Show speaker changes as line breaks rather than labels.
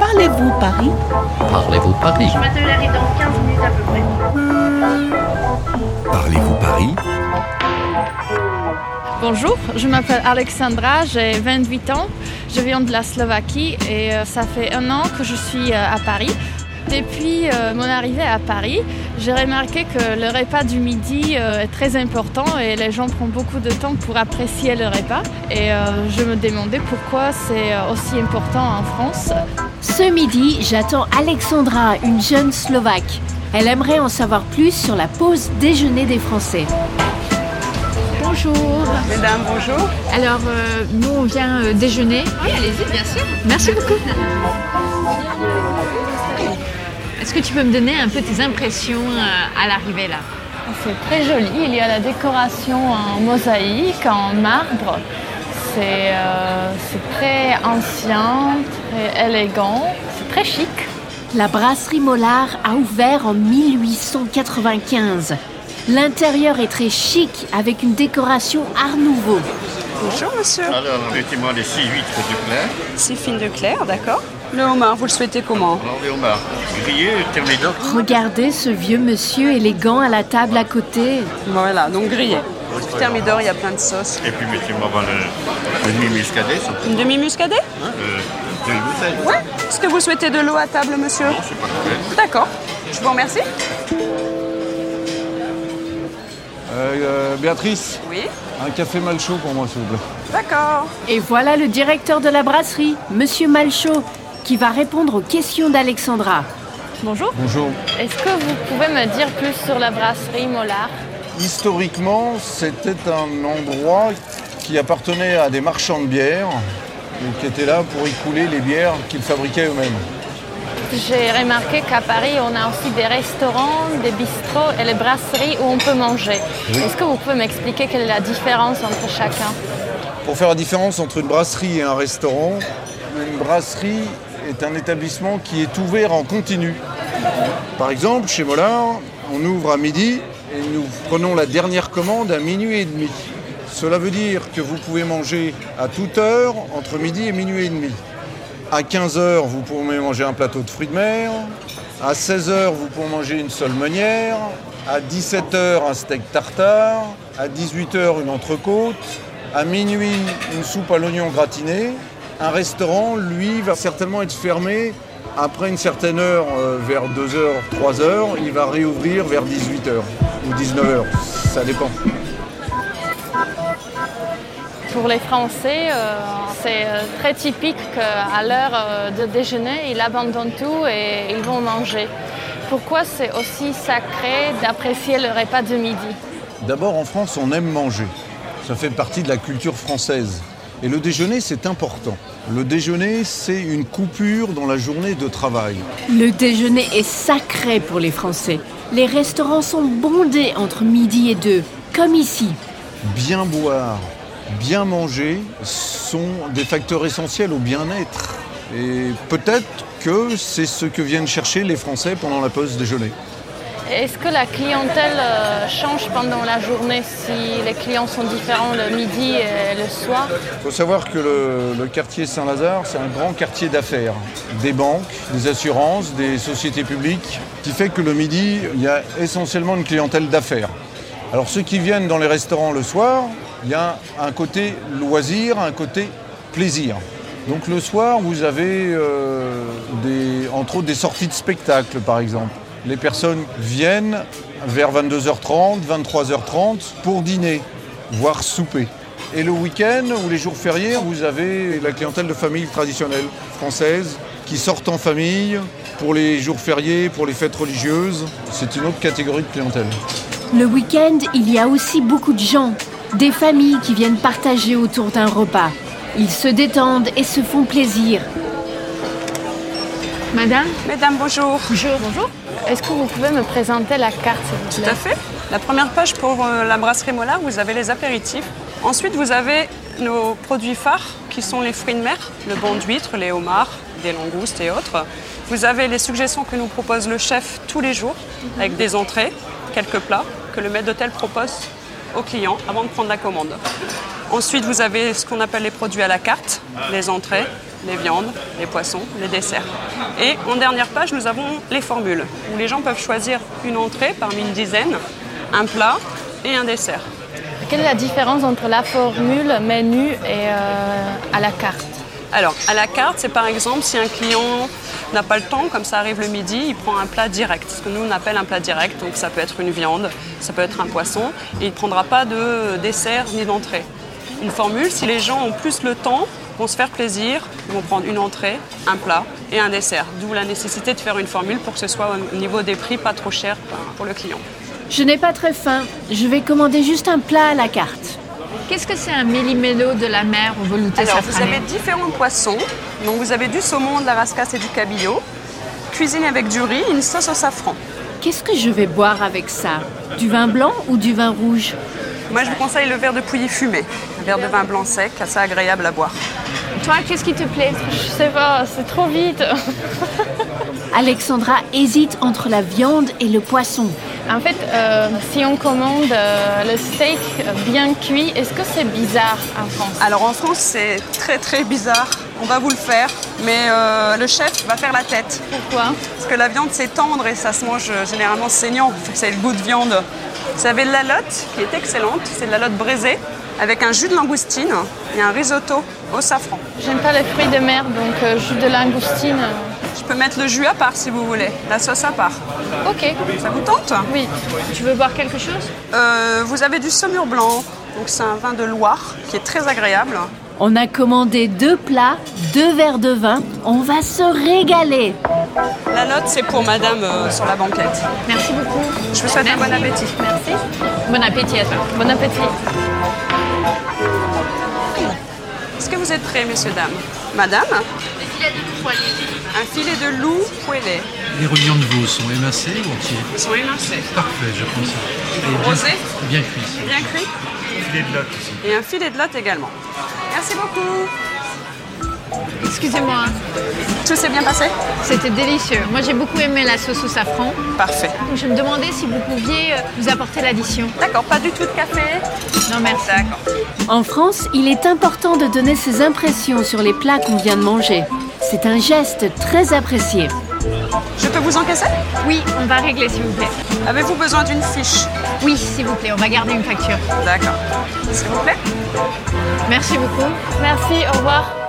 Parlez-vous Paris
Parlez-vous Paris
Je m'attelle arrive dans 15 minutes à peu près.
Parlez-vous Paris
Bonjour, je m'appelle Alexandra, j'ai 28 ans, je viens de la Slovaquie et euh, ça fait un an que je suis euh, à Paris. Depuis euh, mon arrivée à Paris, j'ai remarqué que le repas du midi euh, est très important et les gens prennent beaucoup de temps pour apprécier le repas. Et euh, je me demandais pourquoi c'est euh, aussi important en France.
Ce midi, j'attends Alexandra, une jeune Slovaque. Elle aimerait en savoir plus sur la pause déjeuner des Français.
Bonjour.
Mesdames, bonjour.
Alors, euh, nous, on vient euh, déjeuner.
Oui, allez-y, bien sûr.
Merci beaucoup. Est-ce que tu peux me donner un peu tes impressions euh, à l'arrivée là
C'est très joli, il y a la décoration en mosaïque, en marbre. C'est euh, c'est très ancien, très élégant, c'est très chic.
La brasserie Mollard a ouvert en 1895. L'intérieur est très chic avec une décoration Art Nouveau.
Bonjour, monsieur.
Alors, mettez-moi les 6 huîtres de clair.
Séphine de Claire, d'accord. Le homard, vous le souhaitez comment
Alors, les homards grillés, thermidor.
Regardez ce vieux monsieur élégant à la table à côté.
Voilà, donc grillé. Thermidor, il y a plein de sauces.
Et puis, mettez-moi ben, le, le demi-muscadet, ça peut
Une demi-muscadet
euh, deux bouteilles.
Ouais. Est-ce que vous souhaitez de l'eau à table, monsieur
Non, c'est pas mauvais.
D'accord. Je vous remercie.
Euh, euh, Béatrice,
Oui.
un café mal chaud pour moi, s'il vous plaît.
D'accord.
Et voilà le directeur de la brasserie, Monsieur Malchaud, qui va répondre aux questions d'Alexandra.
Bonjour,
Bonjour.
est-ce que vous pouvez me dire plus sur la brasserie Mollard
Historiquement, c'était un endroit qui appartenait à des marchands de bière et qui étaient là pour y couler les bières qu'ils fabriquaient eux-mêmes.
J'ai remarqué qu'à Paris, on a aussi des restaurants, des bistrots et les brasseries où on peut manger. Est-ce que vous pouvez m'expliquer quelle est la différence entre chacun
Pour faire la différence entre une brasserie et un restaurant, une brasserie est un établissement qui est ouvert en continu. Par exemple, chez Mollard, on ouvre à midi et nous prenons la dernière commande à minuit et demi. Cela veut dire que vous pouvez manger à toute heure entre midi et minuit et demi. À 15h, vous pouvez manger un plateau de fruits de mer. À 16h, vous pouvez manger une seule meunière. À 17h, un steak tartare. À 18h, une entrecôte. À minuit, une soupe à l'oignon gratiné. Un restaurant, lui, va certainement être fermé après une certaine heure, euh, vers 2h, 3h. Il va réouvrir vers 18h ou 19h. Ça dépend.
Pour les Français, euh, c'est euh, très typique qu'à l'heure euh, de déjeuner, ils abandonnent tout et ils vont manger. Pourquoi c'est aussi sacré d'apprécier le repas de midi
D'abord, en France, on aime manger. Ça fait partie de la culture française. Et le déjeuner, c'est important. Le déjeuner, c'est une coupure dans la journée de travail.
Le déjeuner est sacré pour les Français. Les restaurants sont bondés entre midi et deux, comme ici.
Bien boire, bien manger sont des facteurs essentiels au bien-être. Et peut-être que c'est ce que viennent chercher les Français pendant la pause déjeuner.
Est-ce que la clientèle euh, change pendant la journée si les clients sont différents le midi et le soir
Il faut savoir que le, le quartier Saint-Lazare, c'est un grand quartier d'affaires. Des banques, des assurances, des sociétés publiques, qui fait que le midi, il y a essentiellement une clientèle d'affaires. Alors ceux qui viennent dans les restaurants le soir, il y a un côté loisir, un côté plaisir. Donc le soir, vous avez euh, des- entre autres des sorties de spectacle, par exemple. Les personnes viennent vers 22h30, 23h30 pour dîner, voire souper. Et le week-end ou les jours fériés, vous avez la clientèle de famille traditionnelle française qui sortent en famille pour les jours fériés, pour les fêtes religieuses. C'est une autre catégorie de clientèle.
Le week-end, il y a aussi beaucoup de gens, des familles qui viennent partager autour d'un repas. Ils se détendent et se font plaisir.
Madame
Mesdames, bonjour.
Bonjour. Bonjour. Est-ce que vous pouvez me présenter la carte s'il vous
Tout
plaît
à fait. La première page pour euh, la brasserie Mollard, vous avez les apéritifs. Ensuite, vous avez nos produits phares qui sont les fruits de mer, le banc d'huîtres, les homards, des langoustes et autres. Vous avez les suggestions que nous propose le chef tous les jours avec des entrées, quelques plats que le maître d'hôtel propose aux clients avant de prendre la commande. Ensuite, vous avez ce qu'on appelle les produits à la carte, les entrées, les viandes, les poissons, les desserts. Et en dernière page, nous avons les formules, où les gens peuvent choisir une entrée parmi une dizaine, un plat et un dessert.
Quelle est la différence entre la formule menu et euh, à la carte
Alors, à la carte, c'est par exemple si un client n'a pas le temps, comme ça arrive le midi, il prend un plat direct, ce que nous on appelle un plat direct, donc ça peut être une viande, ça peut être un poisson, et il ne prendra pas de dessert ni d'entrée. Une formule, si les gens ont plus le temps, vont se faire plaisir, ils vont prendre une entrée, un plat et un dessert, d'où la nécessité de faire une formule pour que ce soit au niveau des prix pas trop cher pour le client.
Je n'ai pas très faim, je vais commander juste un plat à la carte.
Qu'est-ce que c'est un méli-mélo de la mer au velouté
Alors, vous
safrané
avez différents poissons. Donc, vous avez du saumon, de la rascasse et du cabillaud. Cuisine avec du riz, une sauce au safran.
Qu'est-ce que je vais boire avec ça Du vin blanc ou du vin rouge
Moi, je vous conseille le verre de pouilly fumé, un verre de vin blanc sec, assez agréable à boire.
Toi, qu'est-ce qui te plaît
Je sais pas, c'est trop vite.
Alexandra hésite entre la viande et le poisson.
En fait, euh, si on commande euh, le steak bien cuit, est-ce que c'est bizarre en France
Alors, en France, c'est très très bizarre. On va vous le faire, mais euh, le chef va faire la tête.
Pourquoi
Parce que la viande, c'est tendre et ça se mange euh, généralement saignant. C'est le goût de viande. Vous avez de la lotte qui est excellente, c'est de la lotte braisée, avec un jus de langoustine et un risotto au safran.
J'aime pas les fruits de mer, donc euh, jus de langoustine. euh,
Je peux mettre le jus à part si vous voulez, la sauce à part.
Ok,
Ça vous tente
oui.
Tu veux boire quelque chose
Euh, Vous avez du saumur blanc, donc c'est un vin de Loire qui est très agréable.
On a commandé deux plats, deux verres de vin. On va se régaler.
La note, c'est pour madame euh, sur la banquette.
Merci beaucoup.
Je vous souhaite un bon appétit.
Merci.
Bon appétit à toi.
Bon appétit.
Est-ce que vous êtes prêts, messieurs, dames Madame Un filet de loup poêlé.
Les reliants de veau sont émincés ou entiers
Ils sont émincés,
Parfait, je prends ça.
Rosé
Et bien, bien cuit.
bien cuits. Et un filet de lotte également. Merci beaucoup.
Excusez-moi,
Tout s'est bien passé
c'était délicieux. Moi, j'ai beaucoup aimé la sauce au safran.
Parfait.
Donc, je me demandais si vous pouviez euh, nous apporter l'addition.
D'accord, pas du tout de café
Non, merci.
D'accord.
En France, il est important de donner ses impressions sur les plats qu'on vient de manger. C'est un geste très apprécié.
Je peux vous encaisser
Oui, on va régler, s'il vous plaît.
Avez-vous besoin d'une fiche
Oui, s'il vous plaît, on va garder une facture.
D'accord. S'il vous plaît
Merci beaucoup.
Merci, au revoir.